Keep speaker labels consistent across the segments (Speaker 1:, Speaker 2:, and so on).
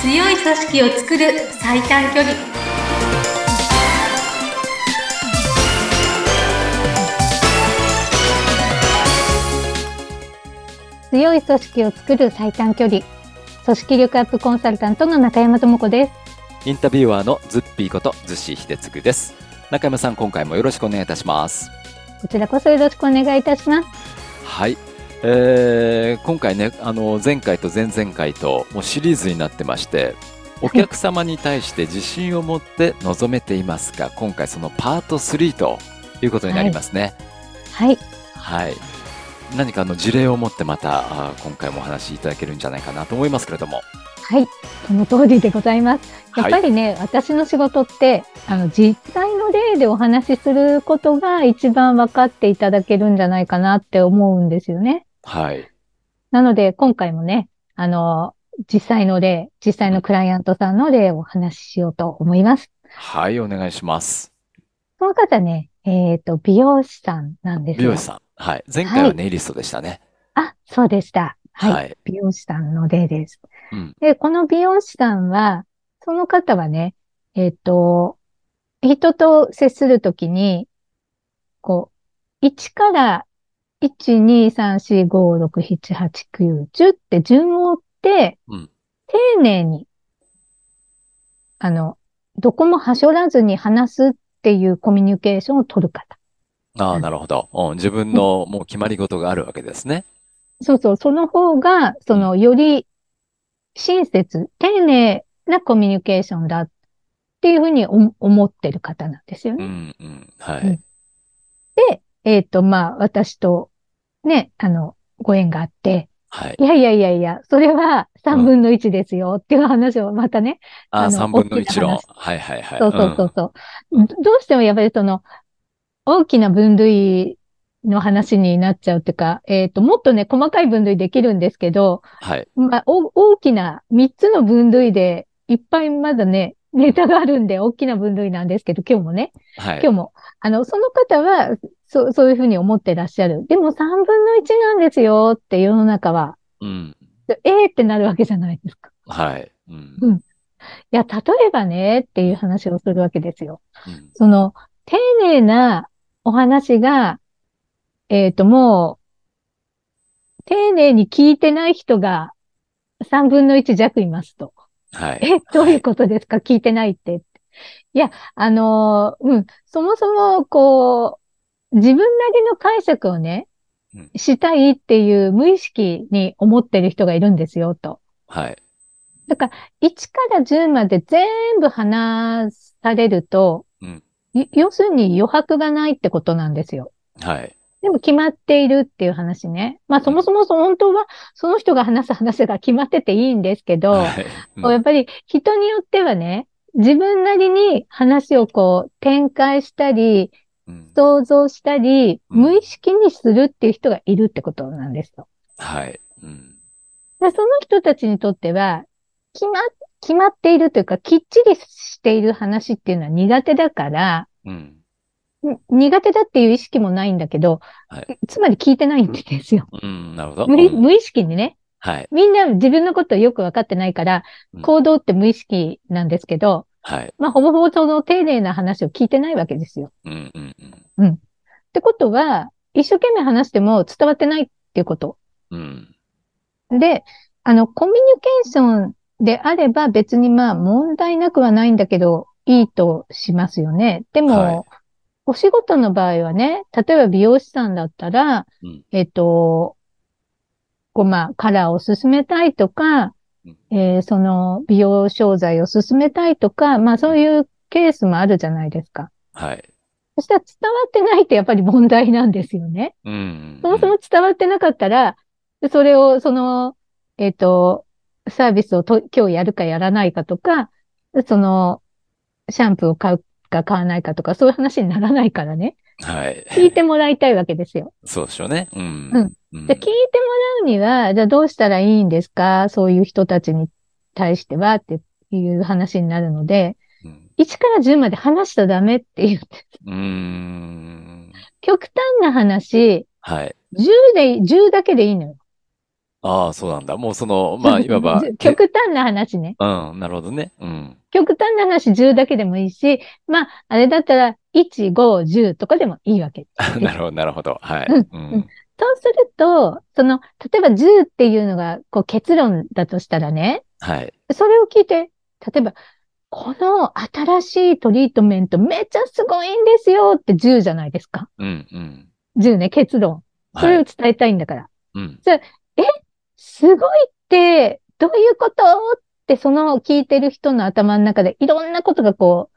Speaker 1: 組織を作る最短距離
Speaker 2: 強い組織を作る最短距離組織力アップコンサルタントの中山智子です
Speaker 3: インタビュアーのズッピーこと逗子秀嗣です中山さん今回もよろしくお願いいたします
Speaker 2: こちらこそよろしくお願いいたします
Speaker 3: はい、えー今回ねあの前回と前々回ともうシリーズになってましてお客様に対して自信を持って望めていますか今回そのパート3ということになりますね
Speaker 2: はい
Speaker 3: はい、何かあの事例を持ってまたあー今回もお話しいただけるんじゃないかなと思いますけれども
Speaker 2: はいその通りでございますやっぱ
Speaker 3: はい
Speaker 2: りね、私の仕事ってあの実際の例でお話しすることが一番分かっていただけるんじゃないかなって思うんですよね
Speaker 3: はい
Speaker 2: なので、今回もね、あの、実際の例、実際のクライアントさんの例をお話ししようと思います。
Speaker 3: はいお願いします
Speaker 2: その方ね、えっ、と、美容師さんなんです
Speaker 3: 美
Speaker 2: よ。
Speaker 3: 容師さんはい前回はネイリストでしたね
Speaker 2: あ、そうでした。はい。
Speaker 3: はい
Speaker 2: 美容師さんの例です。
Speaker 3: うん
Speaker 2: で、この美容師さんは、その方はね、えっ、と、人と接するときに、こう、1から、1、2、3、4、5、6、7、8、9、10って順を追って、
Speaker 3: うん
Speaker 2: 丁寧に、あの、どこもはしょらずに話すっていうコミュニケーションを取る方。
Speaker 3: ああ、なるほど。うん自分のもう決まり事があるわけですね。
Speaker 2: そうそう、その方が、その、より親切、丁寧なコミュニケーションだっていうふうに思思ってる方なんですよ
Speaker 3: う
Speaker 2: ね。
Speaker 3: ん、うん、は
Speaker 2: う
Speaker 3: い
Speaker 2: ん。えっと、まあ、私と、ね、あの、ご縁があって、
Speaker 3: はい
Speaker 2: い。やいやいやいや、それは3分の1ですよっていう話をまたね、
Speaker 3: あ
Speaker 2: あ
Speaker 3: あ、
Speaker 2: の
Speaker 3: 三分の一論
Speaker 2: 大き。
Speaker 3: はい、はい、はい。
Speaker 2: そうそうそうそう、どどうしてもやっぱりその、大きな分類の話になっちゃうっていうか、えっ、と、もっとね、細かい分類できるんですけど、
Speaker 3: うんはい。
Speaker 2: まあ、お大きな3つの分類で、いっぱいまだね、ネタがあるんで、大きな分類なんですけど、今日もね、
Speaker 3: はい。
Speaker 2: 今日も、あの、その方は、そう、そういうふうに思ってらっしゃる。でも3分の1なんですよって世の中は、
Speaker 3: うん。
Speaker 2: でえーってなるわけじゃないですか。
Speaker 3: はい。うん。
Speaker 2: いや、例えばね、っていう話をするわけですよ。
Speaker 3: うん
Speaker 2: その、丁寧なお話が、えっ、と、もう、丁寧に聞いてない人が3分の1弱いますと。
Speaker 3: はい。
Speaker 2: え、どういうことですか聞いてないって。いや、あのーうん、そもそも、こう、自分なりの解釈をね
Speaker 3: うん、
Speaker 2: したいっていう無意識に思ってる人がいるんですよ、と。
Speaker 3: はい。
Speaker 2: 1から10まで全部話されると、
Speaker 3: うん
Speaker 2: い要するに余白がないってことなんですよ。
Speaker 3: はい。
Speaker 2: でも決まっているっていう話ね。まあそもそもそ本当はその人が話す話が決まってていいんですけど、
Speaker 3: はい。うん
Speaker 2: こうやっぱり人によってはね、自分なりに話をこう展開したり、
Speaker 3: うん
Speaker 2: 想像したり、
Speaker 3: うん
Speaker 2: 無意識にするっていう人がいるってことなんですよ。
Speaker 3: はい。うん
Speaker 2: でその人たちにとっては、決ま、決まっているというか、きっちりしている話っていうのは苦手だから、
Speaker 3: うん。
Speaker 2: に苦手だっていう意識もないんだけど、
Speaker 3: はい
Speaker 2: つまり聞いてないんですよ。
Speaker 3: うん。なるほど。
Speaker 2: 無理
Speaker 3: うん
Speaker 2: 無意識にね。
Speaker 3: はい。
Speaker 2: みんな自分のことをよくわかってないから
Speaker 3: う、ん
Speaker 2: 行動って無意識なんですけど、
Speaker 3: はい。
Speaker 2: まあ、ほぼほぼその丁寧な話を聞いてないわけですよ。
Speaker 3: うん、うん、うん
Speaker 2: ってことは、一生懸命話しても伝わってないっていうこと。
Speaker 3: うん。
Speaker 2: で、あの、コミュニケーションであれば別にまあ問題なくはないんだけど、いいとしますよね。でも、
Speaker 3: はい
Speaker 2: お仕事の場合はね、例えば美容師さんだったら、
Speaker 3: うん
Speaker 2: えっと、こうまあ、カラーを勧めたいとか、
Speaker 3: うん
Speaker 2: えーその美容商材を勧めたいとか、まあそういうケースもあるじゃないですか。
Speaker 3: はい。
Speaker 2: そしたら伝わってないってやっぱり問題なんですよね。
Speaker 3: うんうん。
Speaker 2: そもそも伝わってなかったら、それを、その、えっ、と、サービスをと今日やるかやらないかとか、その、シャンプーを買うか買わないかとか、そういう話にならないからね。
Speaker 3: はい。
Speaker 2: 聞いてもらいたいわけですよ。
Speaker 3: そうでしょうね。うん。
Speaker 2: うん
Speaker 3: うん
Speaker 2: じゃあ聞いてもらうには、じゃあどうしたらいいんですかそういう人たちに対してはっていう話になるので、
Speaker 3: うん
Speaker 2: 1から10まで話しちゃダメっていう、
Speaker 3: うん。
Speaker 2: 極端な話、
Speaker 3: はい。
Speaker 2: 10で、10だけでいいのよ。、
Speaker 3: ああ、そうなんだ。もうその、まあ、いわば
Speaker 2: 極端な話ね。
Speaker 3: うん、なるほどね。うん。
Speaker 2: 極端な話10だけでもいいし、まあ、あれだったら1、5、10とかでもいいわけ。
Speaker 3: なるほど、なるほど。はい。
Speaker 2: うん
Speaker 3: うん。
Speaker 2: そうすると、その、例えば10っていうのがこう結論だとしたらね、
Speaker 3: はい。
Speaker 2: それを聞いて、例えば、この新しいトリートメントめっちゃすごいんですよって10じゃないですか。
Speaker 3: うん、うん。
Speaker 2: 10ね、結論。そ
Speaker 3: は
Speaker 2: れを
Speaker 3: い。
Speaker 2: 伝えたいんだから。
Speaker 3: うん。
Speaker 2: すごいって、どういうことって、その聞いてる人の頭の中でいろんなことがこ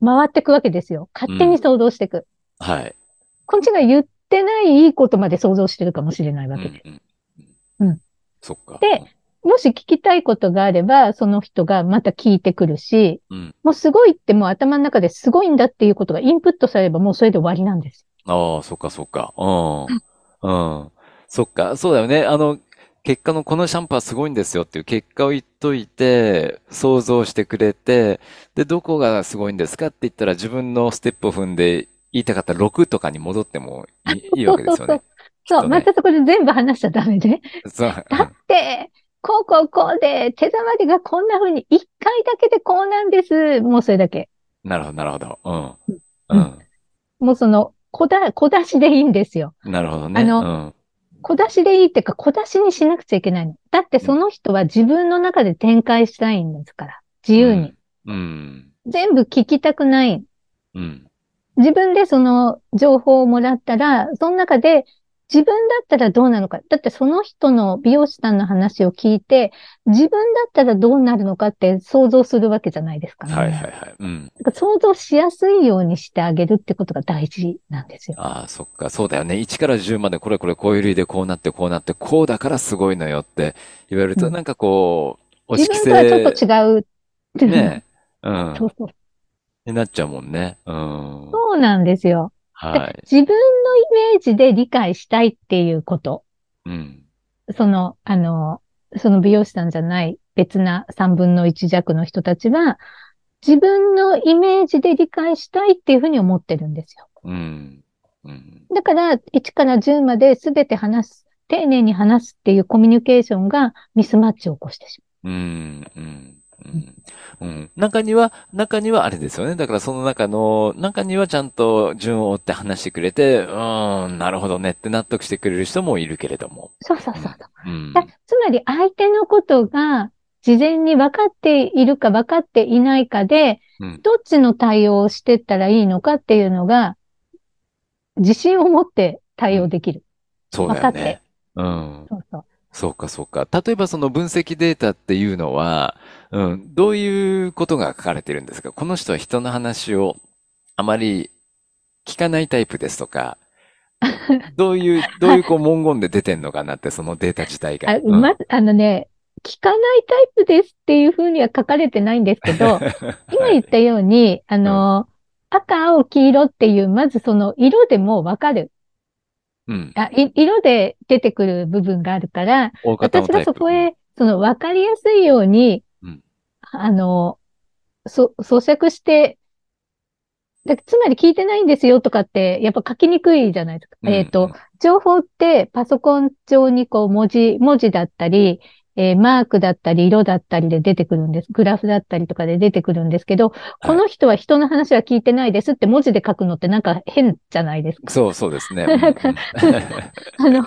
Speaker 2: う、回ってくわけですよ。勝手に想像していく。
Speaker 3: はい。
Speaker 2: こっちが言ってないいいことまで想像してるかもしれないわ
Speaker 3: う
Speaker 2: けで。
Speaker 3: ん、うん。
Speaker 2: うん。
Speaker 3: そっか。
Speaker 2: でもし聞きたいことがあれば、その人がまた聞いてくるし、
Speaker 3: うん。
Speaker 2: もうすごいってもう頭の中ですごいんだっていうことがインプットされればもうそれで終わりなんです。
Speaker 3: ああ、そっかそっか。うん。うん。そっか。そうだよね。あの、結果のこのシャンパーすごいんですよっていう結果を言っといて、想像してくれて、で、どこがすごいんですかって言ったら自分のステップを踏んで言いたかったら6とかに戻ってもいい、いいわけです よね。
Speaker 2: そう、
Speaker 3: きっとね
Speaker 2: またそこで全部話しちゃダメで。
Speaker 3: そう。
Speaker 2: だって、こうこうこうで、手触りがこんな風に一回だけでこうなんです。もうそれだけ。
Speaker 3: なるほど、なるほど。うん。
Speaker 2: う
Speaker 3: うん。
Speaker 2: もうその、小だ、小出しでいいんですよ。
Speaker 3: なるほどね。
Speaker 2: あ
Speaker 3: の、
Speaker 2: 小出しでいいっていうか、小出しにしなくちゃいけないの。だってその人は自分の中で展開したいんですから。自由に。
Speaker 3: うん。
Speaker 2: 全部聞きたくない。
Speaker 3: うん。うん。
Speaker 2: 自分でその情報をもらったら、その中で自分だったらどうなのか。だってその人の美容師さんの話を聞いて、自分だったらどうなるのかって想像するわけじゃないですか、
Speaker 3: はいはいはい。うん。
Speaker 2: だから想像しやすいようにしてあげるってことが大事なんですよ。
Speaker 3: ああ、そっか。そうだよね。1から10までこれこれこういう理由でこうなってこうなってこうだからすごいのよって言われると
Speaker 2: うん
Speaker 3: なんかこう、お
Speaker 2: 自
Speaker 3: 色
Speaker 2: 分とはちょっ
Speaker 3: 性
Speaker 2: と違うっていう。
Speaker 3: ね。うん。
Speaker 2: そうそう。
Speaker 3: になっちゃうもんね。うん。
Speaker 2: そうなんですよ。
Speaker 3: はい。
Speaker 2: 自分のイメージで理解したいっていうこと。
Speaker 3: うん。
Speaker 2: その、あの、その美容師さんじゃない別な3分の1弱の人たちは、自分のイメージで理解したいっていうふうに思ってるんですよ。
Speaker 3: うん。うん。
Speaker 2: だから、1から10まで全て話す、丁寧に話すっていうコミュニケーションがミスマッチを起こしてし
Speaker 3: うん。うん。うん。うん。中には、中にはあれですよね。だからその中の、中にはちゃんと順を追って話してくれて、うん、なるほどねって納得してくれる人もいるけれども。
Speaker 2: まう。そうそうそうそう。
Speaker 3: うん。
Speaker 2: だつまり相手のことが事前に分かっているか分かっていないかで、
Speaker 3: うん
Speaker 2: どっちの対応をしてったらいいのかっていうのが、自信を持って対応できる。
Speaker 3: そうだよ
Speaker 2: 分かって
Speaker 3: ね。うん。
Speaker 2: そうそう。
Speaker 3: そうか、そうか。例えばその分析データっていうのは、うん、どういうことが書かれてるんですかこの人は人の話をあまり聞かないタイプです とか、どういう、どういうこう文言で出てんのかなって、そのデータ自体が。
Speaker 2: あ、
Speaker 3: うん
Speaker 2: ま、あのね、聞かないタイプですっていうふうには書かれてないんですけ ど、今
Speaker 3: は
Speaker 2: 言っ
Speaker 3: い。
Speaker 2: たように、あの、赤、青、黄色っていう、まずその色でもう分かる。
Speaker 3: うん。
Speaker 2: あ、い色で出てくる部分があるから、
Speaker 3: 大方の
Speaker 2: 私
Speaker 3: タ
Speaker 2: が
Speaker 3: イプ。
Speaker 2: そこへ、その分かりやすいように、
Speaker 3: うん
Speaker 2: あの、そ、咀嚼して、だつまり聞いてないんですよとかって、やっぱ書きにくいじゃないですか。
Speaker 3: うん
Speaker 2: えっ、と、、情報ってパソコン上にこう文字、文字だったり、えーマークだったり、色だったりで出てくるんです。グラフだったりとかで出てくるんですけど、この人は人の話は聞いてないですって文字で書くのってなんか変じゃないですか
Speaker 3: そう、そうですね。
Speaker 2: なんか
Speaker 3: うんうん
Speaker 2: あの、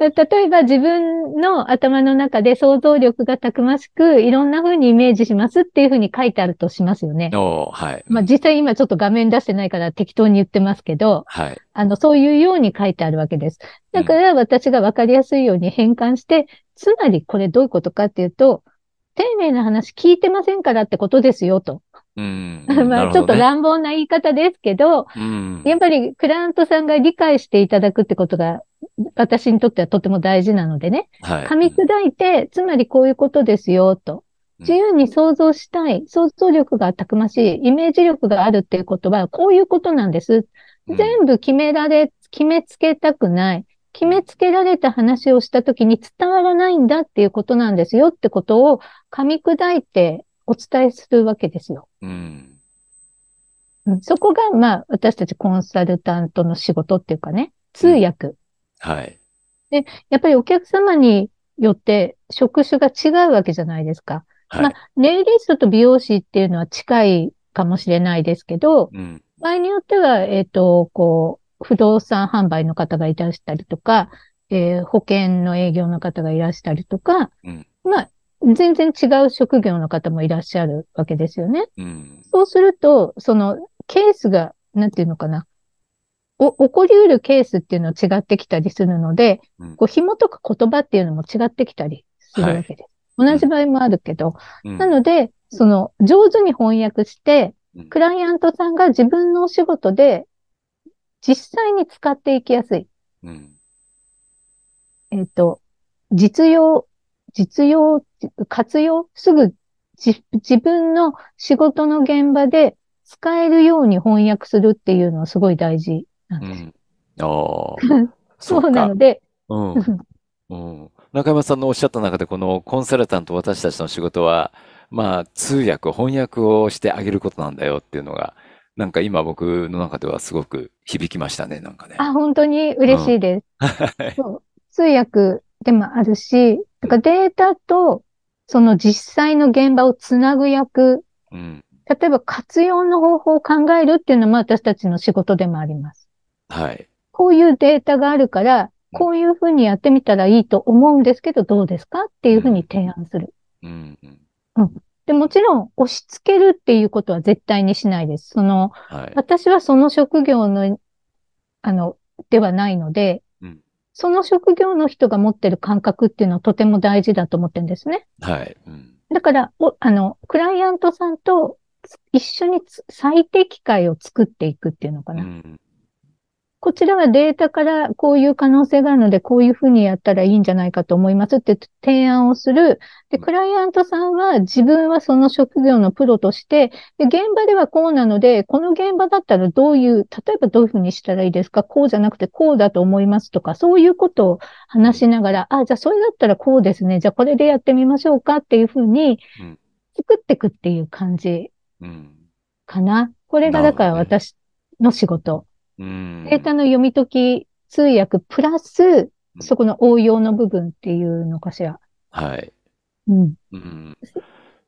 Speaker 2: 例えば自分の頭の中で想像力がたくましく、いろんな風にイメージしますっていう風に書いてあるとしますよ ね。
Speaker 3: おーはい。
Speaker 2: まあ実際今ちょっと画面出してないから適当に言ってますけど、
Speaker 3: はい。
Speaker 2: あの、そういうように書いてあるわけです。だから私がわかりやすいように変換して、つまりこれどういうことかっていうと、丁寧な話聞いてませんからってことですよと。
Speaker 3: うん。
Speaker 2: ま
Speaker 3: なる
Speaker 2: あ
Speaker 3: ほ
Speaker 2: ちょっと
Speaker 3: どね
Speaker 2: 乱暴な言い方ですけど、
Speaker 3: うん。
Speaker 2: やっぱりクライアントさんが理解していただくってことが、私にとってはとても大事なのでね。
Speaker 3: はい。
Speaker 2: 噛み砕いて、つまりこういうことですよ、と。自由に想像したい、想像力がたくましい、イメージ力があるっていうことは、こういうことなんです。
Speaker 3: うん
Speaker 2: 全部決められ、決めつけたくない。決めつけられた話をしたときに伝わらないんだっていうことなんですよってことを噛み砕いてお伝えするわけですよ。
Speaker 3: うん。
Speaker 2: うんそこが、まあ、私たちコンサルタントの仕事っていうかね、通訳。
Speaker 3: はい。
Speaker 2: やっぱりお客様によって職種が違うわけじゃないですか。
Speaker 3: はい
Speaker 2: まあ、ネイリストと美容師っていうのは近いかもしれないですけど、
Speaker 3: うん。
Speaker 2: 場合によっては、えっ、と、こう、不動産販売の方がいらしたりとか、えー保険の営業の方がいらしたりとか、
Speaker 3: うん
Speaker 2: まあ、全然違う職業の方もいらっしゃるわけですよね。
Speaker 3: うん。
Speaker 2: そうすると、そのケースが、なんていうのかな。お、起こりうるケースっていうのは違ってきたりするので、
Speaker 3: うん
Speaker 2: こう紐解く言葉っていうのも違ってきたりするわけです。
Speaker 3: い
Speaker 2: 同じ場合もあるけど、
Speaker 3: うん
Speaker 2: なので、その上手に翻訳して
Speaker 3: うん、
Speaker 2: クライアントさんが自分のお仕事で実際に使っていきやすい。
Speaker 3: うん。
Speaker 2: えっ、と、実用、実用、活用、すぐじ自分の仕事の現場で使えるように翻訳するっていうのはすごい大事なん
Speaker 3: う
Speaker 2: です。
Speaker 3: ん。あ あ。
Speaker 2: そ
Speaker 3: っか
Speaker 2: うなので、
Speaker 3: うん。うん、中山さんのおっしゃった中で、このコンサルタント、私たちの仕事は、まあ、通訳、翻訳をしてあげることなんだよっていうのが、なんか今僕の中ではすごく響きましたね、なんかね。
Speaker 2: あ、本当に嬉しいです。
Speaker 3: はい
Speaker 2: そう通訳でもあるし、だからデータとその実際の現場をつなぐ役、
Speaker 3: うん。
Speaker 2: 例えば活用の方法を考えるっていうのも私たちの仕事でもあります。
Speaker 3: はい。
Speaker 2: こういうデータがあるから、こういうふうにやってみたらいいと思うんですけど、どうですかっていうふうに提案する。
Speaker 3: うん。うん
Speaker 2: で、もちろん、押し付けるっていうことは絶対にしないです。その、
Speaker 3: はい。
Speaker 2: 私はその職業の、あの、ではないので、
Speaker 3: うん
Speaker 2: その職業の人が持ってる感覚っていうのはとても大事だと思ってるんですね。
Speaker 3: はい。うん。
Speaker 2: だから、お、あの、クライアントさんと一緒につ最適解を作っていくっていうのか
Speaker 3: う
Speaker 2: な。
Speaker 3: ん。
Speaker 2: こちらはデータからこういう可能性があるので、こういうふうにやったらいいんじゃないかと思いますって提案をする。で、クライアントさんは自分はその職業のプロとして、で、現場ではこうなので、この現場だったらどういう、例えばどういうふうにしたらいいですかこうじゃなくてこうだと思いますとか、そういうことを話しながら、あ、じゃあそれだったらこうですね。じゃあこれでやってみましょうかっていうふうに
Speaker 3: うん、
Speaker 2: 作っていくっていう感じ
Speaker 3: うん。
Speaker 2: かな。これがだから
Speaker 3: なるほど
Speaker 2: 私の仕事。
Speaker 3: うん。
Speaker 2: データの読み解き通訳プラス、そこの応用の部分っていうのかしら。
Speaker 3: はい。
Speaker 2: うん。
Speaker 3: うん。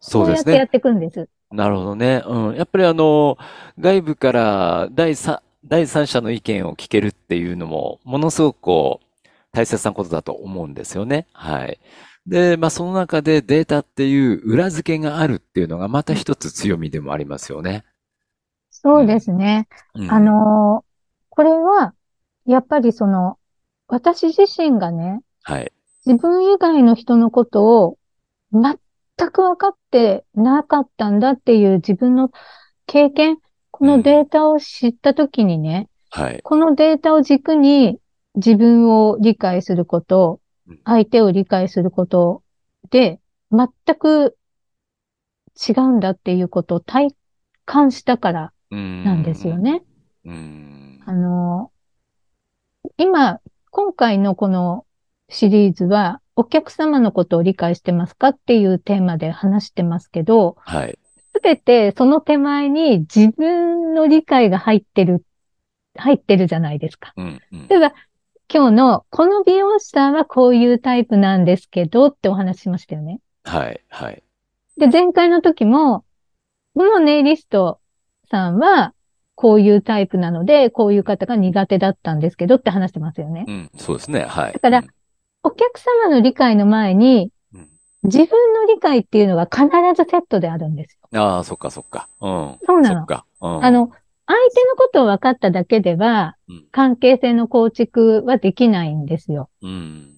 Speaker 3: そうで
Speaker 2: やっ
Speaker 3: す
Speaker 2: てや
Speaker 3: ね。
Speaker 2: っていくんです。
Speaker 3: なるほどね。うん。やっぱりあの、外部から第三、第三者の意見を聞けるっていうのも、ものすごくこう、大切なことだと思うんですよね。はい。で、まあその中でデータっていう裏付けがあるっていうのがまた一つ強みでもありますよね。
Speaker 2: そうですね。
Speaker 3: うん
Speaker 2: あ、のーこれは、やっぱりその、私自身がね、
Speaker 3: はい。
Speaker 2: 自分以外の人のことを全く分かってなかったんだっていう自分の経験、このデータを知ったときにね、
Speaker 3: はい。
Speaker 2: このデータを軸に自分を理解すること
Speaker 3: うん、
Speaker 2: 相手を理解することで、全く違うんだっていうことを体感したから
Speaker 3: うん。
Speaker 2: なんですよね。
Speaker 3: うん。
Speaker 2: あの、今、今回のこのシリーズは、お客様のことを理解してますかっていうテーマで話してますけど、
Speaker 3: はい。
Speaker 2: すべてその手前に自分の理解が入ってる、入ってるじゃないですか。
Speaker 3: うん。うん
Speaker 2: 例えば、今日の、この美容師さんはこういうタイプなんですけどってお話ししましたよね。
Speaker 3: はい。はい。
Speaker 2: で、前回の時も、このネイリストさんは、こういうタイプなので、こういう方が苦手だったんですけどって話してますよね。
Speaker 3: うん。そうですね。はい。
Speaker 2: だからお客様の理解の前に、
Speaker 3: うん、うん
Speaker 2: 自分の理解っていうのが必ずセットであるんですよ。
Speaker 3: ああ、そっかそっか。うん。
Speaker 2: そうな
Speaker 3: そ
Speaker 2: の
Speaker 3: っ。か。うん。
Speaker 2: あの、相手のことを分かっただけでは
Speaker 3: うん、
Speaker 2: 関係性の構築はできないんですよ。
Speaker 3: うん。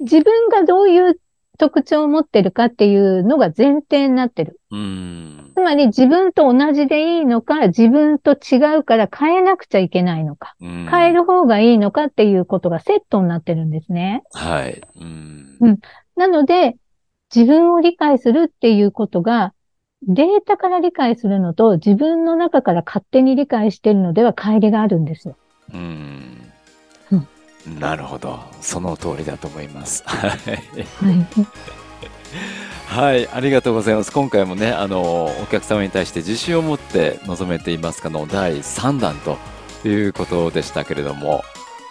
Speaker 2: 自分がどういう特徴を持ってるかっていうのが前提になってる。
Speaker 3: うん
Speaker 2: つ。まり自分と同じでいいのか、自分と違うから変えなくちゃいけないのか、
Speaker 3: うん
Speaker 2: 変える方がいいのかっていうことがセットになってるんですね。
Speaker 3: はい。うん。
Speaker 2: うんなので、自分を理解するっていうことが、データから理解するのと自分の中から勝手に理解してるのでは乖離があるんですよ。
Speaker 3: うん
Speaker 2: う
Speaker 3: なるほど。その通りだと思います。 はい。
Speaker 2: はい。
Speaker 3: はい。ありがとうございます。今回もね、あの、お客様に対して自信を持って臨めていますかの第3弾ということでしたけれども、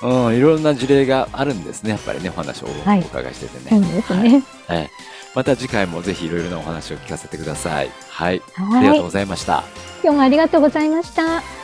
Speaker 3: うん、いろんな事例があるんですね、やっぱりね、お話をお
Speaker 2: はい
Speaker 3: 伺いしてて
Speaker 2: そう
Speaker 3: ね。
Speaker 2: ですね。
Speaker 3: はいはいまた次回もぜひいろいろなお話を聞かせてください。はい、あ
Speaker 2: は
Speaker 3: り
Speaker 2: い。
Speaker 3: がとう
Speaker 2: 今
Speaker 3: ございました。
Speaker 2: 日もありがとうございました。